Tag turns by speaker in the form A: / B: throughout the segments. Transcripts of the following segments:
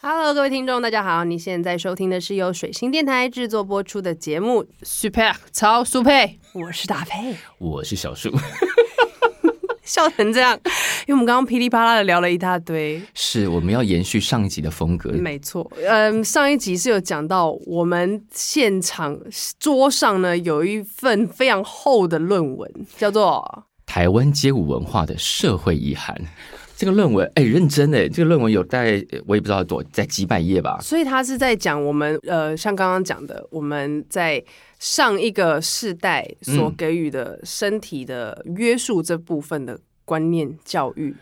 A: Hello，各位听众，大家好！你现在收听的是由水星电台制作播出的节目《Super 超速配》，我是大佩，
B: 我是小树，
A: 笑成这样，因为我们刚刚噼里啪啦的聊了一大堆。
B: 是我们要延续上一集的风格，
A: 没错，嗯，上一集是有讲到我们现场桌上呢有一份非常厚的论文，叫做
B: 台湾街舞文化的社会遗憾。这个论文，哎、认真哎，这个论文有大概我也不知道多在几百页吧，
A: 所以他是在讲我们呃，像刚刚讲的，我们在上一个世代所
B: 嗯
A: 给予的身体的约束这部分的观念教育。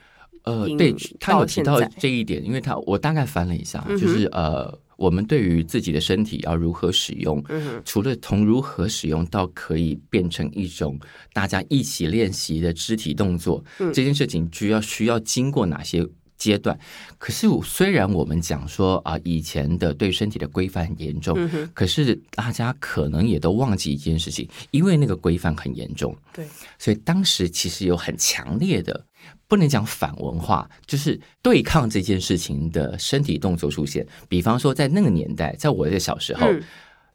B: 呃
A: 引，
B: 对他
A: 到
B: 有提
A: 现
B: 到
A: 在嗯
B: 这一点，因为他我大概翻了一下，就是呃，我们对于自己的身体要如何使用，
A: 嗯
B: 除了从如何使用到可以变成一种大家一起练习的肢体动作，
A: 嗯
B: 这件事情需要需要经过哪些？阶段，可是我虽然我们讲说啊、以前的对身体的规范很严重，
A: 嗯
B: 可是大家可能也都忘记一件事情，因为那个规范很严重，
A: 对，
B: 所以当时其实有很强烈的，不能讲反文化，就是对抗这件事情的身体动作出现。比方说，在那个年代，在我的小时候，
A: 嗯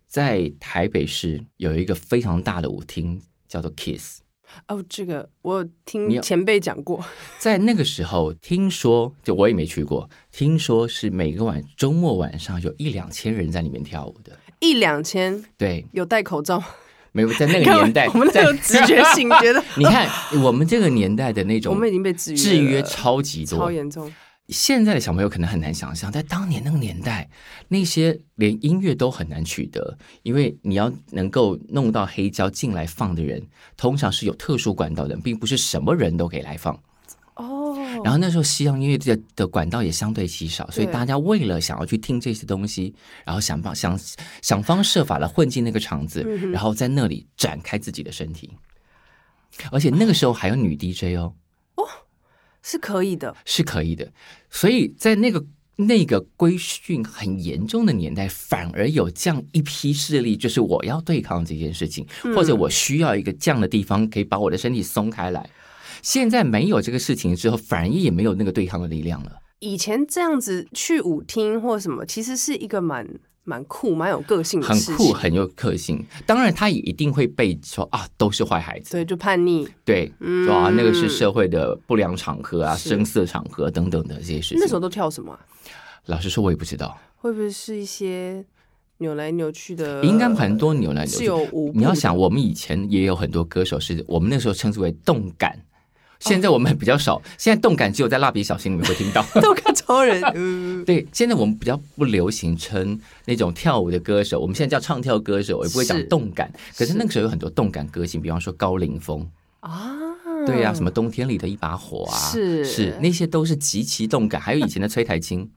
B: 在台北市有一个非常大的舞厅叫做 Kiss，
A: 哦，这个我有
B: 你
A: 听
B: 有
A: 前辈讲过，
B: 在那个时候，听说就我也没去过，听说是每个晚周末晚上有一两千人在里面跳舞的。
A: 一两千
B: 对，
A: 有戴口罩吗，
B: 没有在那个年代，
A: 我们都
B: 在
A: 有直觉性觉 得
B: 你看，我们这个年代的那
A: 我
B: 种
A: 们已经被制约
B: 制约
A: 了
B: 超级多，
A: 超严重。
B: 现在的小朋友可能很难想象，在当年那个年代，那些连音乐都很难取得，因为你要能够弄到黑胶进来放的人，通常是有特殊管道的，并不是什么人都可以来放。
A: 哦，
B: 然后那时候西洋音乐的的管道也相对稀少，所以
A: 对
B: 大家为了想要去听这些东西，然后想方想想方设法的混进那个场子，
A: 嗯
B: 然后在那里展开自己的身体。而且那个时候还有女 DJ 哦，
A: 是可以的，
B: 是可以的。所以在那个那个规训很严重的年代，反而有这样一批势力，就是我要对抗这件事情，或
A: 嗯
B: 者我需要一个这样的地方可以把我的身体松开来。现在没有这个事情之后，反而也没有那个对抗的力量了。
A: 以前这样子去舞厅或什么，其实是一个蛮蛮酷、蛮有个性的
B: 很
A: 事情，
B: 酷，很有个性。当然，他也一定会被说啊，都是坏孩子，
A: 对，就叛逆。
B: 对，
A: 嗯
B: 说啊，那个是社会的不良场合啊，
A: 是
B: 声色场合等等的这些事
A: 那时
B: 情。
A: 候都跳什么啊、
B: 老实说，我也不知道，
A: 会不会是一些扭来扭去的？
B: 应该很多牛奶
A: 呃
B: 流
A: 是
B: 去
A: 有舞步的。
B: 你要想，我们以前也有很多歌手是我们那时候称之为动感，现在我们比较
A: 哦
B: 少。现在动感只有在蜡笔小新里面会听 到。
A: 都看超人，嗯
B: 对，现在我们比较不流行称那种跳舞的歌手，我们现在叫唱跳歌手，也不会讲
A: 是
B: 动感。可是那个时候有很多动感歌星，比方说高凌风，
A: 啊，
B: 对呀、什么冬天里的一把火啊，
A: 是
B: 是，那些都是极其动感。还有以前的崔 台青，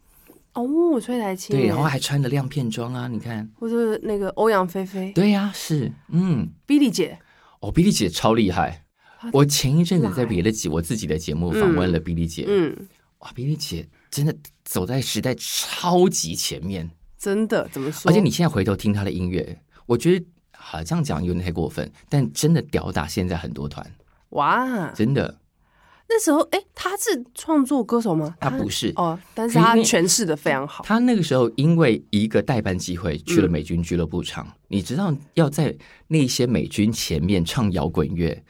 A: 哦，崔台青耶，
B: 对，然后还穿着亮片装啊，你看，
A: 或者那个欧阳菲菲、
B: 对呀、是，嗯，
A: Billy 姐，
B: 哦，比利姐超厉害
A: 她。
B: 我前一阵子在别的节我自己的节目访问了比利姐，
A: 嗯，
B: 哇，比利姐真的走在时代超级前面，
A: 真的怎么说？
B: 而且你现在回头听她的音乐，我觉得好这样讲有点太过分，但真的吊打现在很多团，
A: 哇，
B: 真的，
A: 那时候哎，他是创作歌手吗？
B: 她不是。
A: 哦，但是他
B: 你
A: 诠释的非常好，
B: 她那个时候因为一个代办机会去
A: 嗯
B: 了美军俱乐部唱，你知道要在那些美军前面唱摇滚乐，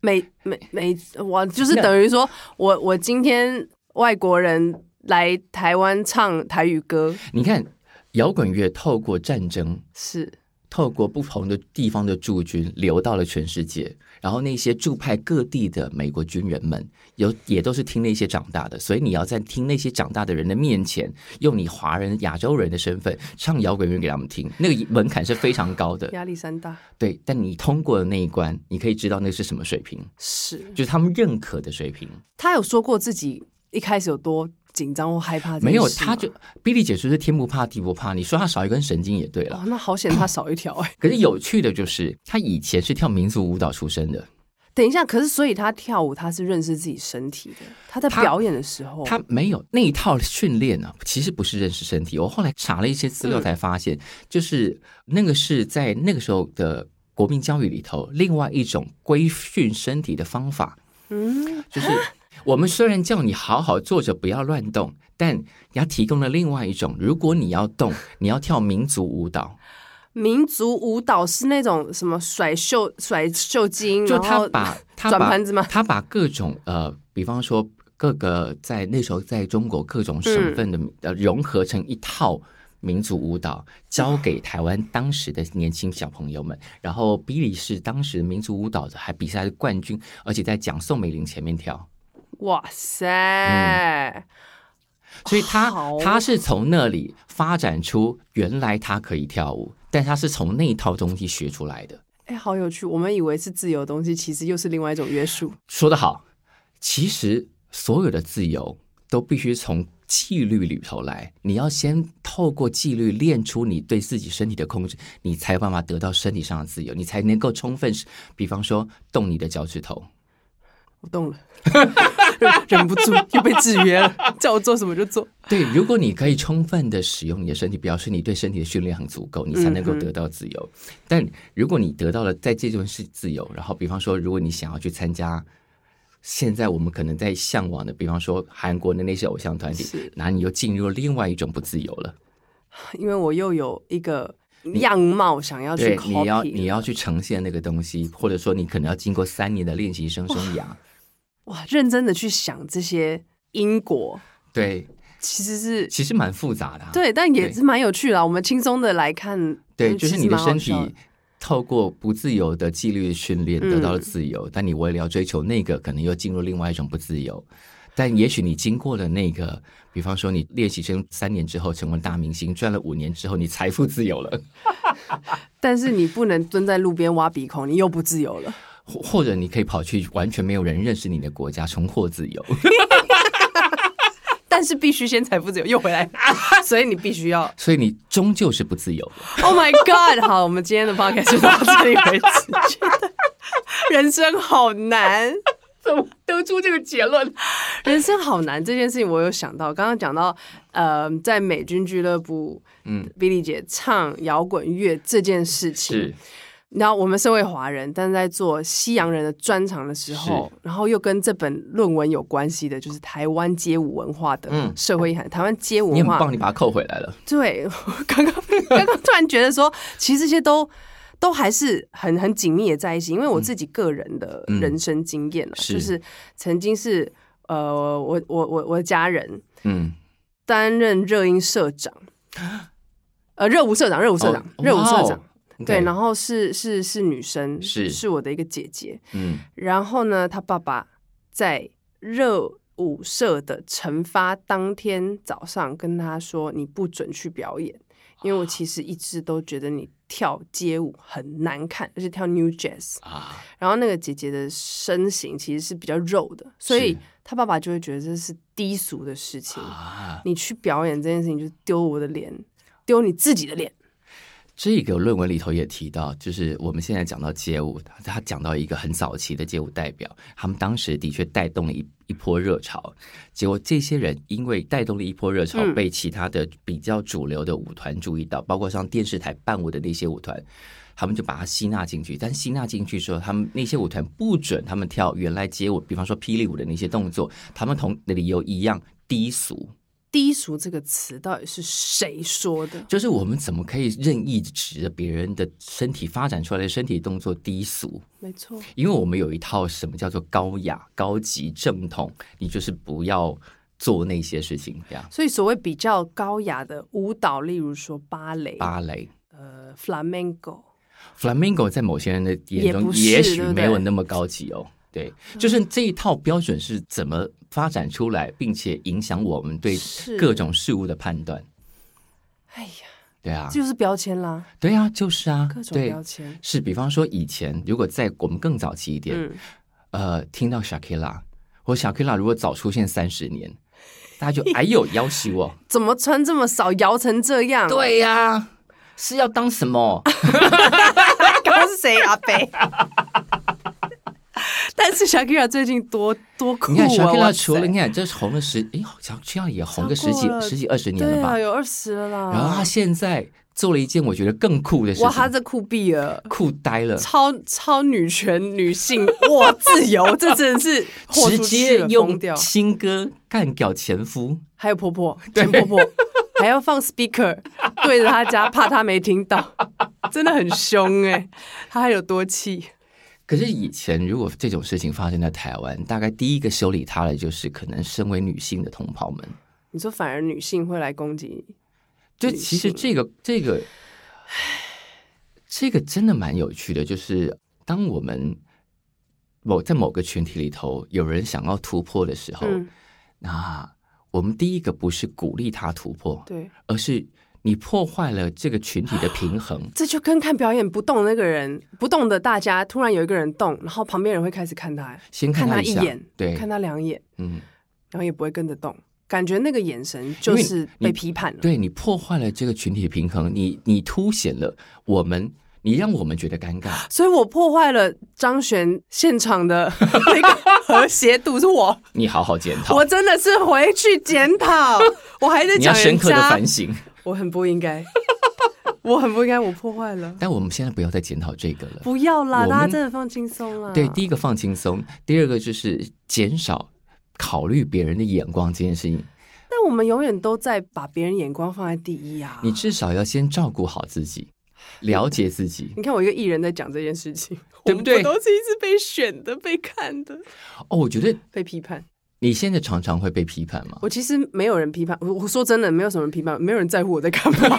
A: 每每每我就是
B: 那
A: 等于说我我今天外国人来台湾唱台语歌
B: 你看摇滚乐透过战争
A: 是
B: 透过不同的地方的驻军流到了全世界，然后那些驻派各地的美国军人们，有也都是听那些长大的，所以你要在听那些长大的人的面前，用你华人、亚洲人的身份唱摇滚乐给他们听，那个门槛是非常高 的。
A: 压力山大
B: 对，但你通过了那一关，你可以知道那是什么水平，
A: 是。
B: 就是他们认可的水平。
A: 他有说过自己一开始有多紧张或害怕这件事吗，
B: 没有，他就比利姐就是天不怕地不怕，你说她少一根神经也对了。
A: 哦，那好险他少一条 哎、
B: 可是有趣的就是，她以前是跳民族舞蹈出身的。
A: 等一下，可是所以他跳舞，他是认识自己身体的。他在
B: 他
A: 表演的时候，
B: 他没有那一套训练呢、其实不是认识身体。我后来查了一些资料才发现，就是那个是在那个时候的国民教育里头另外一种规训身体的方法，
A: 嗯，
B: 就是我们虽然叫你好好坐着不要乱动，但它提供了另外一种，如果你要动，你要跳民族舞蹈，
A: 民族舞蹈是那种什么甩袖甩袖巾，
B: 就
A: 嗯然
B: 他
A: 后
B: 把他
A: 转
B: 把
A: 盘子吗？
B: 他把各种呃，比方说各个在那时候在中国各种
A: 嗯
B: 省份的、呃融合成一套民族舞蹈，教给台湾当时的年轻小朋友们。然后比利时当时民族舞蹈的还比赛冠军，而且在蒋宋美龄前面跳，
A: 哇塞！
B: 嗯所以他
A: 好
B: 他是从那里发展出原来他可以跳舞，但他是从那一套东西学出来的。
A: 哎、好有趣！我们以为是自由的东西，其实又是另外一种约束。
B: 说得好，其实所有的自由都必须从纪律里头来。你要先透过纪律练出你对自己身体的控制，你才有办法得到身体上的自由，你才能够充分使，比方说动你的脚趾头。
A: 我动了， 忍不 住又被制约了，叫我做什么就做。
B: 对，如果你可以充分的使用你的身体，表示你对身体的训练很足够，你才能够得到自由。
A: 嗯
B: 但如果你得到了在这件事自由，然后比方说，如果你想要去参加现在我们可能在向往的，比方说韩国的那些偶像团体
A: 是，
B: 那你又进入另外一种不自由了。
A: 因为我又有一个样貌想要去
B: 对，你要
A: copy，
B: 你要去呈现那个东西，或者说你可能要经过三年的练习生生涯。
A: 哇，认真的去想这些因果，
B: 对，
A: 其实是
B: 其实蛮复杂的、啊。
A: 对，但也是蛮有趣的啊。我们轻松的来看，
B: 对，
A: 嗯
B: 就是
A: 其实
B: 你的
A: 蛮好
B: 身
A: 笑的
B: 体透过不自由的纪律训练得
A: 嗯
B: 到了自由，但你为了要追求那个，可能又进入另外一种不自由。但也许你经过了那个，比方说你练习生三年之后成为大明星，赚了五年之后，你财富自由了，
A: 但是你不能蹲在路边挖鼻孔，你又不自由了。
B: 或或者你可以跑去完全没有人认识你的国家，重获自由。
A: 但是必须先财富自由，又回 来，所以你必须要。
B: 所以你终究是不自由的。
A: Oh my god！好，我们今天的 podcast 就到这里为止。 觉得人生好难，
B: 怎么得出这个结论？
A: 人生好难这件事情，我有想到，刚刚讲到，呃，在美军俱乐部，嗯
B: 嗯，
A: 比利姐唱摇滚乐这件事情，
B: 是
A: 然后我们身为华人，但在做西洋人的专场的时候，然后又跟这本论文有关系的，就是台湾街舞文化的
B: 嗯
A: 社会意涵。台湾街舞
B: 你
A: 文
B: 很
A: 化，
B: 棒，你把它扣回来了。
A: 对， 我刚刚刚刚突然觉得说，其实这些都都还是很很紧密的在一起，因为我自己个人的
B: 嗯
A: 人生经验啊，
B: 是
A: 就是曾经是呃，我我我我的家人
B: 嗯，
A: 担任热音社 长，呃，热舞社长，热舞社长，
B: 哦
A: 热舞社长。。
B: 哇哦
A: 对，
B: OK，
A: 然后是是是女生，
B: 是
A: 是我的一个姐姐。
B: 嗯
A: 然后呢，她爸爸在热舞社的惩罚当天早上跟她说：“你不准去表演，因为我其实一直都觉得你跳街舞很难看，而且跳 New Jazz。
B: 啊，”
A: 然后那个姐姐的身形其实是比较肉的，所以
B: 是
A: 她爸爸就会觉得这是低俗的事情。
B: 啊，
A: 你去表演这件事情就是丢我的脸，丢你自己的脸。
B: 这个论文里头也提到，就是我们现在讲到街舞，他他讲到一个很早期的街舞代表，他们当时的确带动了一一波热潮，结果这些人因为带动了一波热潮，
A: 嗯
B: 被其他的比较主流的舞团注意到，包括像电视台伴舞的那些舞团。他们就把它吸纳进去，但吸纳进去之后，他们那些舞团不准他们跳原来街舞，比方说霹雳舞的那些动作，他们同理由一样低俗。
A: 低俗这个词到底是谁说的？
B: 就是我们怎么可以任意指着别人的身体发展出来的身体动作低俗？
A: 没错，
B: 因为我们有一套什么叫做高雅、高级、正统，你就是不要做那些事情，这样。
A: 所以所谓比较高雅的舞蹈，例如说芭蕾、
B: 芭蕾、
A: 呃 flamenco，
B: flamingo 在某些人的眼
A: 也不
B: 中，
A: 是
B: 也许
A: 对不对嗯
B: 没有那么高级哦。对，就是这一套标准是怎么发展出来，并且影响我们对
A: 是
B: 各种事物的判断。
A: 哎呀，
B: 对啊
A: 这，就是标签啦，
B: 对啊，就是啊
A: 各，种
B: 对
A: 标，签。
B: 是。比方说以前，如果在我们更早期一点，
A: 嗯，
B: 呃，听到 Shakira，我 Shakira 如果早出现三十 年，大家就哎呦，要死我！
A: 怎么穿这么少，摇成这样？，啊
B: 对呀、是要 当什么？
A: 刚刚是谁？阿北。 但是 Shakira 最近多多酷啊！
B: 你看 Shakira
A: 哇
B: 除了
A: 塞
B: 你看这红了十，哎，小 Shakira 也红个十几
A: 超过了
B: 十几二十年
A: 对
B: 了吧
A: 啊，？有二十了啦。
B: 然后他现在做了一件我觉得更酷的事
A: 哇，他
B: 情，
A: 这酷毙了，
B: 酷呆了，
A: 超超女权女性，哇，自由，这真的是豁
B: 直
A: 出去
B: 接
A: 了疯
B: 用
A: 掉。
B: 新歌干掉前夫。
A: 还有婆 婆，前婆婆还要放 speaker 对着她家，怕她没听到，真的很凶哎、她还有多气？
B: 可是以前如果这种事情发生在台湾，大概第一个修理他的就是可能身为女性的同胞们。
A: 你说反而女性会来攻击你，
B: 就
A: 女
B: 其实
A: 性
B: 这个这个这个真的蛮有趣的，就是当我们某在某个群体里头有人想要突破的时候，
A: 嗯，
B: 那我们第一个不是鼓励他突破，
A: 对，。
B: 而是你破坏了这个群体的平衡
A: 这就跟看表演不动那个人不动的大家，突然有一个人动，然后旁边人会开始看他，
B: 先
A: 看
B: 他
A: 一
B: 下
A: 眼，
B: 对，
A: 看他两眼，
B: 嗯，
A: 然后也不会跟着动，感觉那个眼神就
B: 因为
A: 是
B: 哎你
A: 被批判了。
B: 对你破坏了这个群体的平衡，你你凸显了我们，你让我们觉得尴尬。
A: 所以我破坏了张悬现场的那个和谐度，是我
B: 你好好检 讨
A: 我，真的是回去检 讨，我还在
B: 你要
A: 讲
B: 深
A: 人
B: 刻的
A: 家
B: 反，省。
A: 我很不应该， 我很不应该，我破坏了。
B: 但我们现在不要再检讨这个了。
A: 不要啦，
B: 我们
A: 大家真的放轻松啦。
B: 对，第一个放轻松，第二个就是减少考虑别人的眼光这件事情。
A: 但我们永远都在把别人眼光放在第一啊。
B: 你至少要先照顾好自己，了解自己。
A: 你看我一个艺人在讲这件事情，
B: 对不对
A: 我们都是一直被选的、被看的、
B: 哦，我觉得
A: 被批判。
B: 你现在常常会被批判吗？
A: 我其实没有人批判，我我说真的，没有什么人批判，没有人在乎我在干嘛。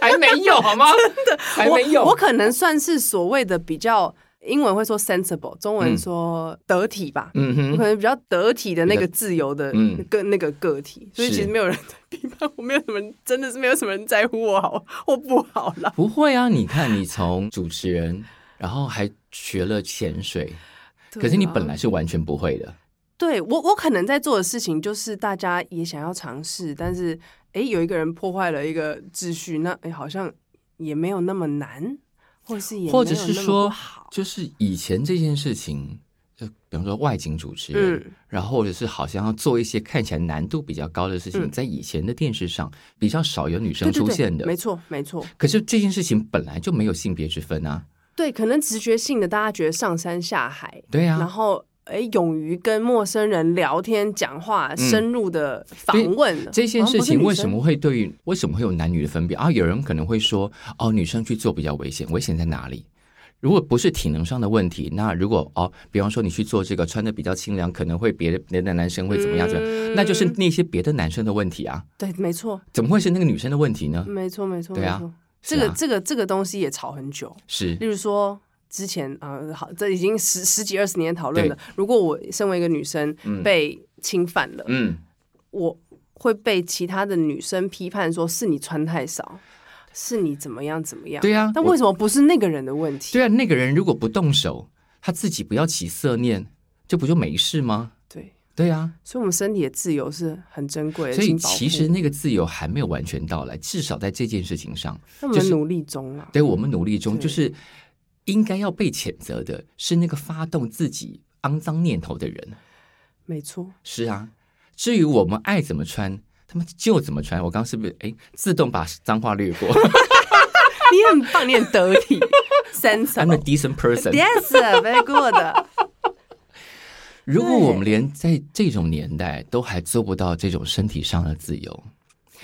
B: 还没有好吗？真的 还
A: 我我可能算是所谓的比较英文会说 sensible，中文
B: 嗯
A: 说得体吧。
B: 嗯
A: 我可
B: 哼，
A: 能比较得体的那
B: 比
A: 个
B: 较
A: 自由的
B: 嗯
A: 个、那个个体，所以
B: 是
A: 其实没有人在批判我，没有什么 人真的是没有什么人在乎我好 或不好啦。
B: 不会啊！你看，你从主持人，然后还学了潜水，可是你
A: 啊
B: 本来是完全不会的。
A: 对我我可能在做的事情就是大家也想要尝试，但是诶有一个人破坏了一个秩序，那诶好像也没有那么难，或是也没有
B: 或者是
A: 那么
B: 说
A: 不好，
B: 就是以前这件事情，就比方说外景主持人，
A: 嗯
B: 然后或者是好像要做一些看起来难度比较高的事情，
A: 嗯
B: 在以前的电视上比较少有女
A: 对
B: 生
A: 对
B: 出
A: 对，
B: 现的。
A: 没错没错，
B: 可是这件事情本来就没有性别之分啊，
A: 对，可能直觉性的大家觉得上山下海，
B: 对
A: 然
B: 啊，
A: 后。诶勇于跟陌生人聊天、讲话，深入的访问，
B: 嗯这件
A: 好像
B: 事
A: 不是
B: 情
A: 女
B: 为
A: 生
B: 什么会对于为什么会有男女的分别啊？有人可能会说，哦，女生去做比较危险，危险在哪里？如果不是体能上的问题，那如果哦，比方说你去做这个穿的比较清凉，可能会别的别的男生会怎么样怎么样，那就是
A: 嗯
B: 那些别的男生的问题啊，
A: 对，没错，
B: 怎么会是那个女生的问题呢？
A: 没错，没错，
B: 对啊
A: 没错。这个、
B: 是啊
A: 这个这个东西也吵很久，
B: 是
A: 例如说之前啊、呃好，这已经十十几二十年讨论了。如果我身为一个女生
B: 嗯
A: 被侵犯了，
B: 嗯，
A: 我会被其他的女生批判说是你穿太少，是你怎么样怎么样。
B: 对啊
A: 但
B: 我
A: 为什么不是那个人的问题？
B: 对啊，那个人如果不动手，他自己不要起色念，这不就没事吗？
A: 对
B: 对啊，
A: 所以我们身体的自由是很珍贵的，
B: 所以
A: 请保护
B: 其实那个自由还没有完全到来，至少在这件事情上，
A: 那我
B: 就
A: 们
B: 是
A: 努力中啊。
B: 对我们努力中，
A: 对
B: 就是应该要被谴责的是那个发动自己肮脏念头的人。
A: 没错，
B: 是啊，至于我们爱怎么穿，他们就怎么穿。我刚刚是不是哎自动把脏话 略过
A: 你很棒，你很得体
B: ？I'm a
A: ，sensible。
B: decent person。
A: Yes，very good。
B: 如果我们连在这种年代都还做不到这种身体上的自由，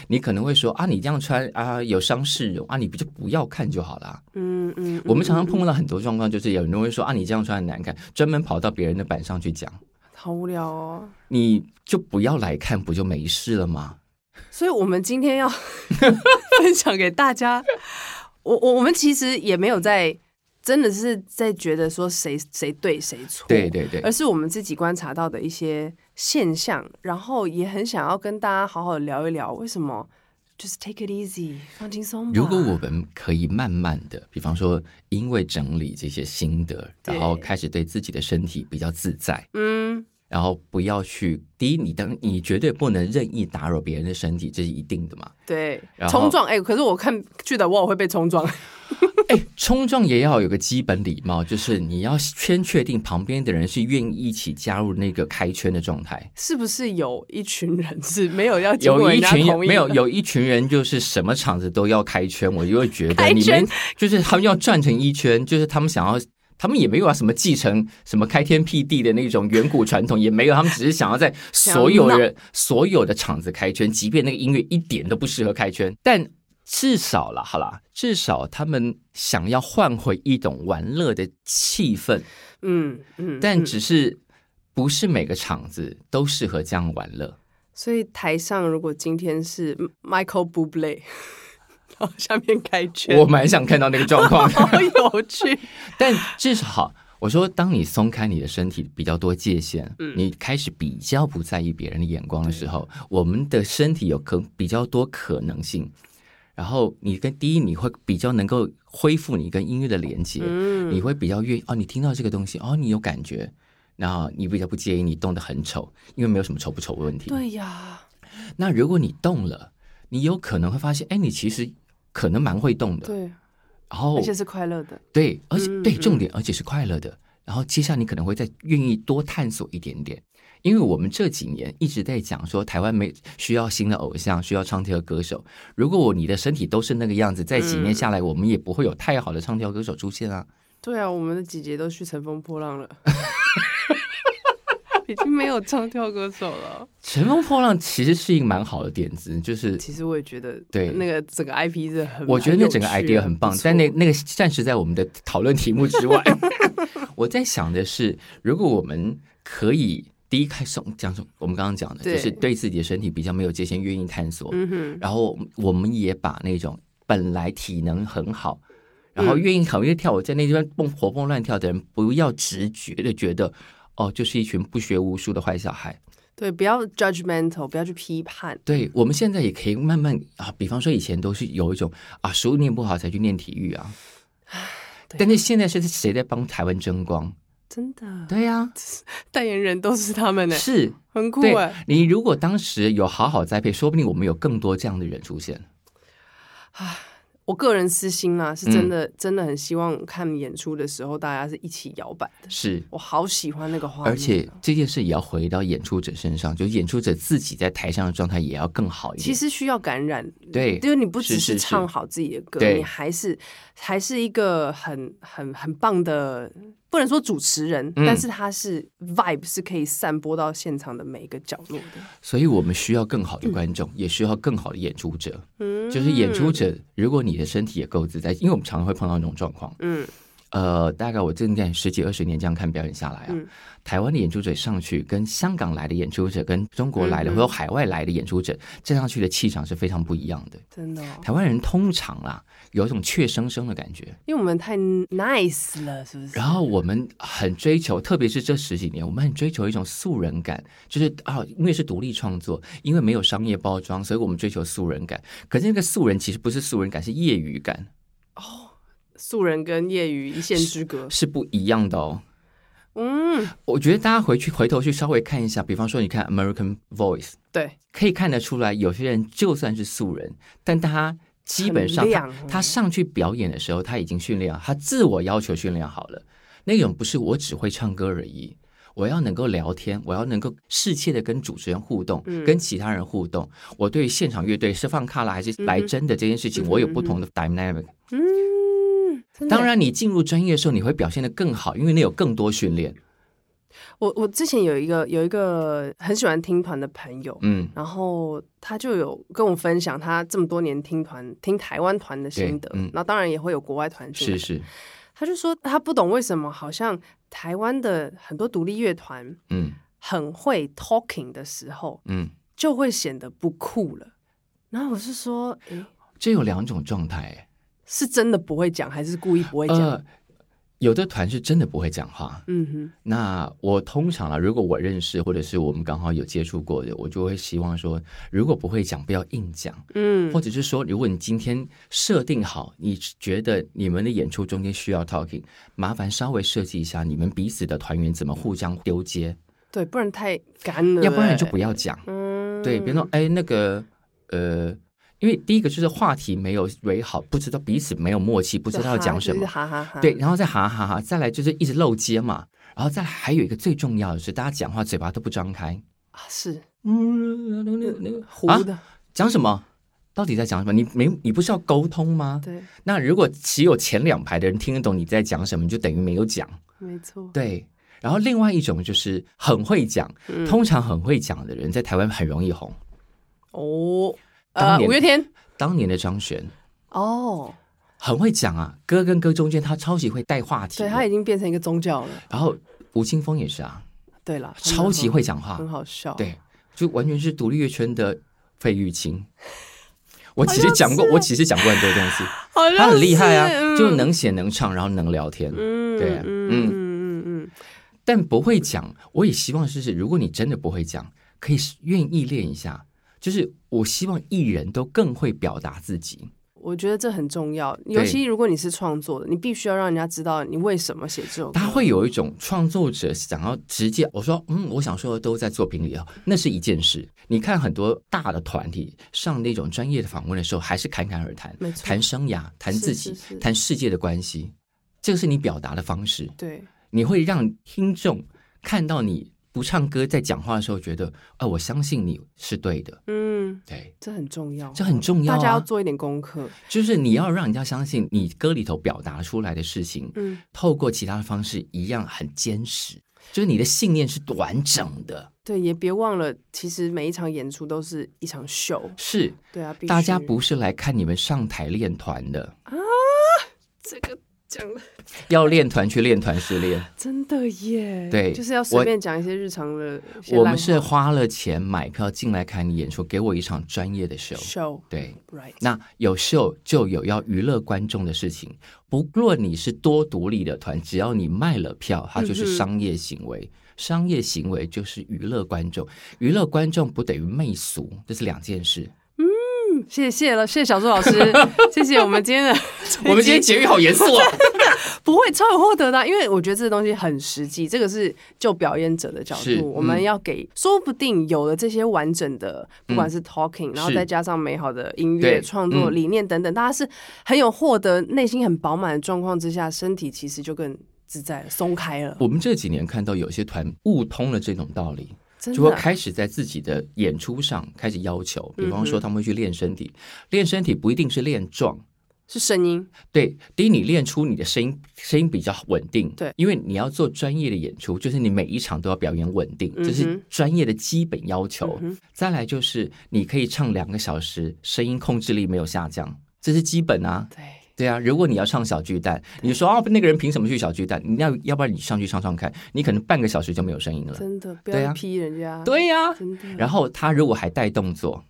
B: 你可能会说啊，你这样穿啊有伤市容啊，你不就不要看就好啦。
A: 嗯嗯，
B: 我们
A: 嗯
B: 常常碰到很多状况，就是有人会说啊，你这样穿很难看，专门跑到别人的板上去讲，
A: 好无聊哦。
B: 你就不要来看，不就没事了吗？
A: 所以我们今天要 分享给大家，我我我们其实也没有在，真的是在觉得说谁谁对谁错，
B: 对对对
A: 而，是我们自己观察到的一些现象，然后也很想要跟大家好好聊一聊，为什么就是 take it easy，放轻松吧。
B: 如果我们可以慢慢的，比方说因为整理这些心得，
A: 对
B: 然后开始对自己的身体比较自在，
A: 嗯，
B: 然后不要去，第一，你当你绝对不能任意打扰别人的身体，这是一定的嘛。
A: 对，
B: 然后
A: 冲撞哎、可是我看去的我会被冲撞，
B: 哎，冲撞也要有个基本礼貌，就是你要先确定旁边的人是愿意一起加入那个开圈的状态。
A: 是不是有一群人是没有要经过
B: 有一
A: 人家
B: 群人
A: 同意的
B: 没有，有一群人就是什么场子都要开圈，我就会觉得
A: 开
B: 你
A: 圈
B: 们就是他们要转成一圈， 就是他们想要。他们也没有要什么继承什么开天辟地的那种远古传统，也没有，他们只是想要在所有
A: 想
B: 人所有的场子开圈，即便那个音乐一点都不适合开圈，但至少啦，好啦，至少他们想要换回一种玩乐的气氛，
A: 嗯嗯，
B: 但
A: 嗯
B: 只是不是每个场子都适合这样玩乐。
A: 所以台上如果今天是 Michael Bublé，然后下面开圈，
B: 我蛮想看到那个状况的，
A: 好有趣，
B: 但至少我说，当你松开你的身体比较多界限，
A: 嗯
B: 你开始比较不在意别人的眼光的时候，我们的身体有可比较多可能性。然后你跟第一，你会比较能够恢复你跟音乐的连接，
A: 嗯
B: 你会比较愿意哦，你听到这个东西哦，你有感觉，那你比较不介意你动得很丑，因为没有什么丑不丑的问题。
A: 对呀，
B: 那如果你动了，你有可能会发现，哎，你其实可能蛮会动的。哦
A: 对，
B: 然后
A: 而且是快乐的，
B: 对，而且、
A: 嗯
B: 对
A: 嗯
B: 重点，而且是快乐的。然后接下来你可能会再愿意多探索一点点，因为我们这几年一直在讲说台湾没需要新的偶像，需要唱跳歌手。如果我你的身体都是那个样子，在
A: 嗯
B: 几年下来，我们也不会有太好的唱跳歌手出现啊。
A: 对啊，我们的姐姐都去乘风破浪了， 已经没有唱跳歌手了。
B: 乘风破浪其实是一个蛮好的点子，就是
A: 其实我也觉得，
B: 对
A: 那个整个 IP 是很，
B: 我觉得那整个
A: 很有趣
B: idea 很棒，但那那个暂时在我们的讨论题目之外。 我在想的是，如果我们可以第一开始讲什么，我们刚刚讲的，
A: 对
B: 就是对自己的身体比较没有界限，愿意探索，
A: 嗯哼，
B: 然后我们也把那种本来体能很好。然后
A: 嗯
B: 愿意考虑跳舞，在那地方蹦活蹦乱跳的人，不要直觉的觉得，哦，就是一群不学无术的坏小孩。
A: 对，不要 judgmental，不要去批判，
B: 对我们现在也可以慢慢啊，比方说以前都是有一种啊，书念不好才去念体育啊，
A: 对
B: 但是现在是谁在帮台湾争光？
A: 真的，
B: 对呀、
A: 代言人都是他们呢，
B: 是。
A: 很酷
B: 对
A: 哎，
B: 你如果当时有好好栽培，说不定我们有更多这样的人出现。
A: 我个人私心啦，是
B: 嗯
A: 真的，真的很希望看演出的时候大家是一起摇摆的，
B: 是，
A: 我好喜欢那个画面，
B: 而且这件事也要回到演出者身上，就演出者自己在台上的状态也要更好一点。
A: 其实需要感染，
B: 对
A: 因为你不只
B: 是是
A: 是
B: 是
A: 唱好自己的歌，
B: 对
A: 你还是还是一个很很很棒的，不能说主持人，
B: 嗯
A: 但是他是 vibe 是可以散播到现场的每一个角落的。
B: 所以我们需要更好的观众，也需要更好的演出者。
A: 嗯
B: 就是演出，者，如果你的身体也够自在，因为我们常常会碰到那种状况。
A: 嗯
B: 呃，大概我正在十几二十年这样看表演下来啊，
A: 嗯
B: 台湾的演出者上去，跟香港来的演出者，跟中国来的、
A: 嗯嗯
B: 或者海外来的演出者，站上去的气场是非常不一样的。
A: 真的、哦，
B: 台湾人通常啦，有一种怯生生的感觉，
A: 因为我们太 nice 了，是不是？
B: 然后我们很追求，特别是这十几年，我们很追求一种素人感，就是啊，因为是独立创作，因为没有商业包装，所以我们追求素人感。可是那个素人其实不是素人感，是业余感，
A: 素人跟业余一线之隔，
B: 是不一样的哦。
A: 嗯，
B: 我觉得大家回去回头去稍微看一下，比方说你看 American Voice，
A: 对，
B: 可以看得出来，有些人就算是素人，但他基本上
A: 很
B: 他
A: 亮哦
B: 他上去表演的时候，他已经训练好，他自我要求训练好了。那种不是我只会唱歌而已，我要能够聊天，我要能够适切的跟主持人互动，
A: 嗯
B: 跟其他人互动。我对现场乐队是放卡拉还是来真的这件事情，
A: 嗯嗯哼
B: 我有不同的 dynamic。
A: 嗯，真的
B: 当然，你进入专业的时候，你会表现得更好，因为你有更多训练。
A: 我我之前有一个有一个很喜欢听团的朋友，
B: 嗯，
A: 然后他就有跟我分享他这么多年听团、听台湾团的心得
B: 对嗯，
A: 那、当然也会有国外团进来
B: 是是，
A: 他就说他不懂为什么好像台湾的很多独立乐团
B: 嗯
A: 很会 talking 的时候，
B: 嗯。
A: 就会显得不酷了。然后我是说，诶
B: 这有两种状态，
A: 是真的不会讲，还是故意不会讲？
B: 呃，有的团是真的不会讲话。
A: 嗯
B: 那我通常啊，如果我认识或者是我们刚好有接触过的，我就会希望说，如果不会讲，不要硬讲，
A: 哼，嗯
B: 或，者是说，如果你今天设定好，你觉得你们的演出中间需要 talking，麻烦稍微设计一下你们彼此的团员怎么互相丢接，
A: 对，不然太干了、
B: 要不然你
A: 欸
B: 就不要讲。
A: 嗯，
B: 对，别弄哎那个呃，因为第一个就是话题没有蕊好，不知道彼此没有默契，不
A: 不
B: 知道要讲什么。
A: 哈哈哈。
B: 对，，然后再哈哈哈，再来就是一直漏接嘛，然后再来还有一个最重要的是，大家讲话嘴巴都不张开，
A: 啊、是
B: 嗯，那个那个
A: 糊
B: 啊
A: 的，
B: 讲什么？到底在讲什么？你没你不是要沟通吗？
A: 对，
B: 那如果只有前两排的人听得懂你在讲什么，你就等于没有讲。
A: 没错，
B: 对，然后另外一种就是很会讲，
A: 嗯
B: 通常很会讲的人在台湾很容易红。
A: 哦，
B: 当
A: 呃，
B: 年
A: 五月天，
B: 当年的张悬
A: 哦，
B: 很会讲啊，歌跟歌中间他超级会带话题
A: 对
B: 的，
A: 他已经变成一个宗教了。
B: 然后吴青峰也是啊，
A: 对了，他们
B: 超级
A: 很
B: 会讲话
A: 很，好笑。，
B: 对，就完全是独立乐圈的费玉清。 我其实
A: 好像
B: 讲过，
A: 是
B: 我其实讲过很多 东西，
A: 好像
B: 他很厉害
A: 是
B: 啊，
A: 嗯
B: 就能写能唱，然后能聊天，
A: 嗯，
B: 对啊
A: 嗯
B: 嗯
A: 嗯嗯嗯，
B: 但不会讲。我也希望就是，如果你真的不会讲，可以愿意练一下。就是我希望艺人都更会表达自己，
A: 我觉得这很重要，尤其如果你是创作的，你必须要让人家知道你为什么写这首歌。
B: 他会有一种创作者想要直接我说，嗯，我想说的都在作品里哦，那是一件事。你看很多大的团体上那种专业的访问的时候，还是侃侃而谈
A: 没，错
B: 谈生涯，谈
A: 是
B: 自己，
A: 是是
B: 谈世界的关系，这个是你表达的方式。
A: 对，
B: 你会让听众看到你不唱歌在讲话的时候，觉得，啊，我相信你是对的，
A: 嗯，
B: 对，
A: 这很重要，
B: 这很重要、啊。
A: 大家要做一点功课。
B: 就是你要让人家相信你歌里头表达出来的事情，
A: 嗯，
B: 透过其他的方式一样很坚实，就是你的信念是完整的，
A: 对，也别忘了，其实每一场演出都是一场秀。
B: 是
A: 对啊，必须
B: 大家不是来看你们上台练团的，
A: 这个讲了，
B: 要练团去练团试 练，
A: 真的耶。
B: 对
A: 就是要随便讲一些日常的一些
B: 我
A: 烂
B: 们是
A: 话
B: 花了钱买票进来看你演出，给我一场专业的 show，
A: 秀
B: 对。
A: ，right？
B: 那有秀就有要娱乐观众的事情，不论你是多独立的团，只要你卖了票，它
A: 嗯
B: 就是商业行为。商业行为就是娱乐观众，娱乐观众不等于媚俗，这是两件事。
A: 谢谢了，谢谢小朱老师， 谢谢我们今天的这一集，
B: 我们今 天节目好严肃啊！
A: 不会超有获得的啊、因为我觉得这东西很实际，这个是就表演者的角
B: 是
A: 度，我们
B: 嗯
A: 要给，说不定有了这些完整的，不管是 talking，、然后
B: 嗯是
A: 再加上美好的音乐
B: 对
A: 创作
B: 嗯
A: 理念等等，大家是很有获得、内心很饱满的状况之下，身体其实就更自在了、松开了。
B: 我们这几年看到有些团悟通了这种道理，
A: 真
B: 就会
A: 的，
B: 开始在自己的演出上开始要求，比方说他们会去练身体，练身体不一定是练壮，
A: 是声音，
B: 对，第一，你练出你的声音，声音比较稳定。
A: 对
B: 因为你要做专业的演出，就是你每一场都要表演稳定，这
A: 嗯
B: 是
A: 哼
B: 专业的基本要求。
A: 嗯哼
B: 再来就是你可以唱两个小时，声音控制力没有下降，这是基本啊。
A: 对，
B: 对啊，如果你要唱小巨蛋，你说啊，那个人凭什么去小巨蛋？你要要不然你上去唱唱看，你可能半个小时就没有声音了。
A: 真的不
B: 对
A: 要
B: 啊
A: 批人家，、
B: 对呀、
A: 真的。
B: 然后他如果还带动作，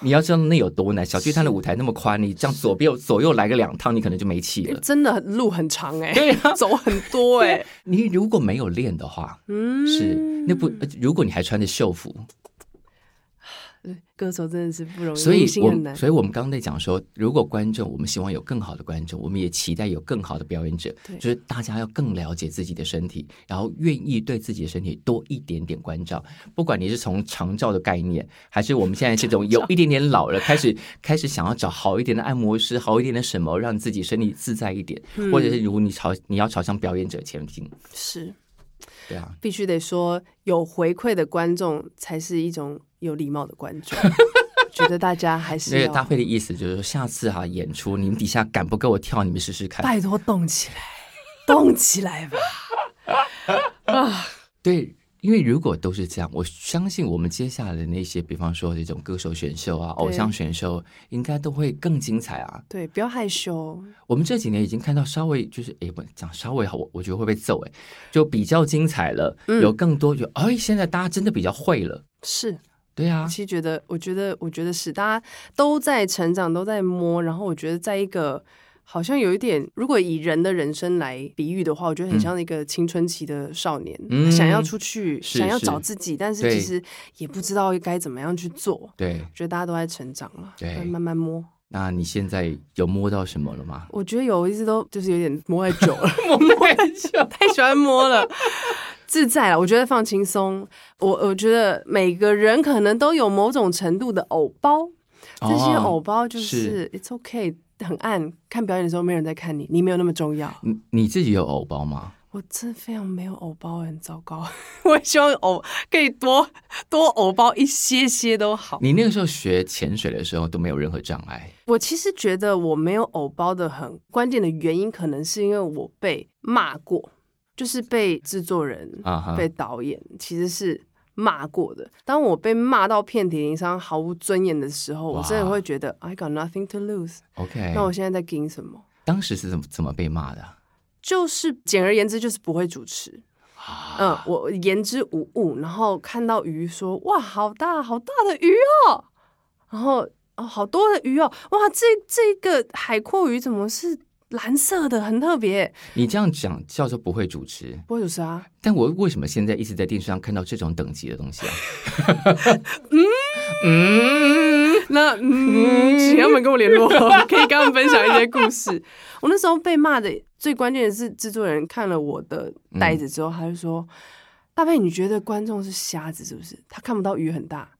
B: 你要知道那有多难。小巨蛋的
A: 是
B: 舞台那么宽，你这样左右左右来个两趟，你可能就没气了。
A: 真的很路很长哎、
B: 对 啊，
A: 走很多哎、
B: 你如果没有练的话，
A: 嗯，
B: 是那不，呃如果你还穿着秀服，
A: 歌手真的是不容易，
B: 所以
A: 明星很
B: 我
A: 难。
B: 所以我们刚刚在讲说，如果观众，我们希望有更好的观众，我们也期待有更好的表演者，
A: 对
B: 就是大家要更了解自己的身体，然后愿意对自己的身体多一点点关照。不管你是从长照的概念，还是我们现在这种有一点点老了，开始开始想要找好一点的按摩师，好一点的什么，让自己身体自在一点，
A: 嗯
B: 或者是如果你朝你要朝向表演者前进，
A: 是
B: 对啊，
A: 必须得说，有回馈的观众才是一种有礼貌的观 众。觉得大家还是哦
B: 那个
A: 要
B: 大会的意思就是说，下次哈、演出，你们底下敢不跟我跳，你们试试看。
A: 拜托动起来，动起来吧。
B: 对，因为如果都是这样，我相信我们接下来的那些，比方说这种歌手选秀啊、偶像选秀，应该都会更精彩啊。
A: 对，不要害羞，
B: 我们这几年已经看到稍微就是，诶，不讲稍微好，我我觉得会被揍诶，就比较精彩了，
A: 嗯
B: 有更多就，哎，现在大家真的比较会了，
A: 是。
B: 对啊
A: 其，实觉得，我觉得，我觉得是，大家都在成长，都在摸。然后我觉得，在一个好像有一点，如果以人的人生来比喻的话，我觉得很像一个青春期的少年，
B: 嗯
A: 想要出去，
B: 是
A: 想要
B: 是
A: 找自己，但是
B: 对
A: 其实也不知道该怎么样去做。
B: 对。
A: 觉得大家都在成长了，
B: 对
A: 对，慢慢摸。
B: 那你现在有摸到什么了吗？
A: 我觉得有一次都就是有点摸太久了，
B: 摸不久，
A: 太喜欢摸了。自在了，我觉得放轻松。我我觉得每个人可能都有某种程度的偶包，这些
B: 哦
A: 偶包就是是 it's okay，很暗。看表演的时候没有人在看你，你没有那么重要。
B: 你你自己有偶包吗？
A: 我真非常没有偶包，很糟糕。 我希望偶可以多多偶包一些些都好。
B: 你那个时候学潜水的时候都没有任何障碍，
A: 我其实觉得我没有偶包的很关键的原因，可能是因为我被骂过，就是被制作人
B: 啊哈
A: 被导演其实是骂过的。当我被骂到遍体鳞伤、毫无尊严的时候，
B: 哇哎
A: 我真的会觉得 I got nothing to lose。
B: ，OK。
A: 那我现在在盯什么？
B: 当时是怎么怎么被骂的啊？
A: 就是简而言之，就是不会主持。
B: 啊
A: 嗯，我言之无物，然后看到鱼说：“哇，好大好大的鱼哦！”然后哦，好多的鱼哦！哇，这这个海阔鱼怎么是蓝色的，很特别。
B: 你这样讲叫做不会主持，
A: 不会主持啊，
B: 但我为什么现在一直在电视上看到这种等级的东西啊？ 嗯
A: 那嗯，请他们跟我联 络，可以跟他们分享一些故事。我那时候被骂的最关键的是，制作人看了我的袋子之后，他就说：“大贝，你觉得观众是瞎子是不是？他看不到鱼很大，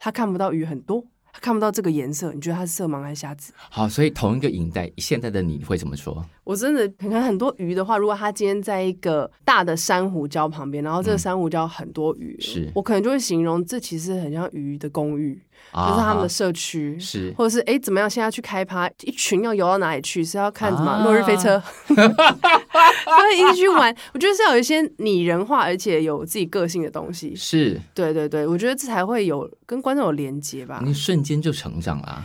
A: 他看不到鱼很多，他看不到这个颜色，你觉得他是色盲还是瞎子
B: 好，所以同一个影带，现在的你会怎么说？？”
A: 我真的可能很多鱼的话，如果他今天在一个大的珊瑚礁旁边，然后这个珊瑚礁很多鱼，
B: 是
A: 我可能就会形容这其实很像鱼的公寓，就是他们的社区，
B: 啊是
A: 或者是哎怎么样？现在去开趴，一群要游到哪里去？是要看什么
B: 啊
A: 《落日飞 车》所以一起去玩。我觉得是要有一些拟人化，而且有自己个性的东西。
B: 啊是，
A: 对对对，我觉得这才会有跟观众有连接吧。
B: 你瞬间就成长了啊、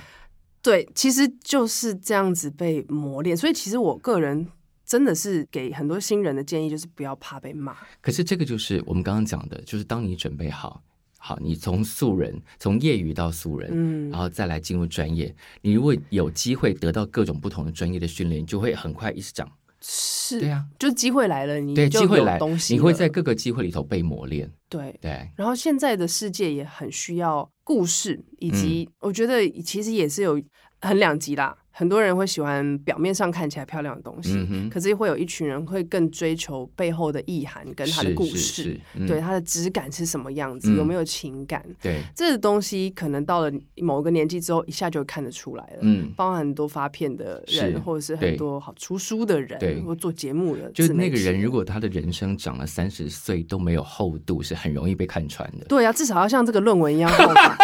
A: 对，其实就是这样子被磨练。所以其实我个人真的是给很多新人的建议，就是不要怕被骂。
B: 可是这个就是我们刚刚讲的，就是当你准备好，好，你从素人，从业余到素人，
A: 嗯
B: 然后再来进入专业，你如果有机会得到各种不同的专业的训练，你就会很快一直长。
A: 是，
B: 对啊，
A: 就机会来了，你
B: 对，
A: 就
B: 机会
A: 有
B: 来
A: 东，西
B: 你会
A: 了
B: 在各个机会里头被磨练。
A: 对
B: 对，
A: 然后现在的世界也很需要故事，以
B: 嗯
A: 及我觉得其实也是有很两极啦。很多人会喜欢表面上看起来漂亮的东西，
B: 嗯哼，
A: 可是会有一群人会更追求背后的意涵跟它的
B: 是
A: 故
B: 是
A: 事，
B: 是嗯
A: 对它的质感是什么样子，
B: 嗯
A: 有没有情感，
B: 对，
A: 这个东西可能到了某个年纪之后，一下就看得出来了。
B: 嗯，
A: 包含很多发片的
B: 是
A: 人，或者是
B: 对
A: 很多好出书的
B: 对
A: 人，或做节目的，
B: 就是那个人，如果他的人生长了三十岁都没有厚度，是很容易被看穿的。
A: 对呀、啊，至少要像这个论文一 样厚吧，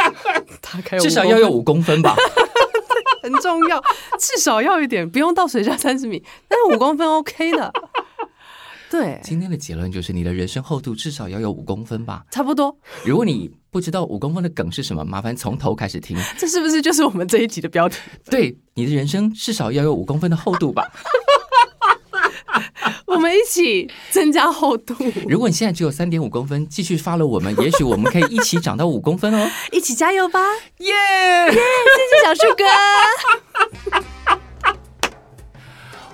A: 大概有
B: 至少
A: 5
B: 要
A: 公
B: 有五公分吧，
A: 很重要， 至少要一点，不用到水下三十米，但是五公分 OK 的，对，
B: 今天的结论就是你的人生厚度至少要有五公分吧。
A: 差不多。
B: 如果你不知道五公分的梗是什么，麻烦从头开始听。
A: 这是不是就是我们这一集的标题？
B: 对，你的人生至少要有五公分的厚度吧。
A: 我们一起增加厚度，
B: 如果你现在只有三点五公分，继续发了我们，也许我们可以一起长到五公分 哦。
A: 一起加油吧！
B: 耶、
A: 谢谢小树 哥，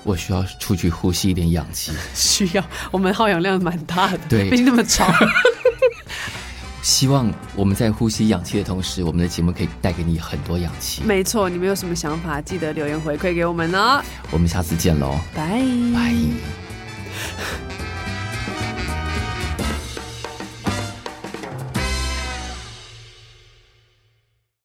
B: 我需要出去呼吸一点氧气。
A: 需要我们耗氧量蛮大的，
B: 对
A: 毕竟那么吵。
B: 希望我们在呼吸氧气的同时，我们的节目可以带给你很多氧气。
A: 没错，你们有什么想法，记得留言回馈给我们哦，
B: 我们下次见喽，
A: 拜
B: 拜。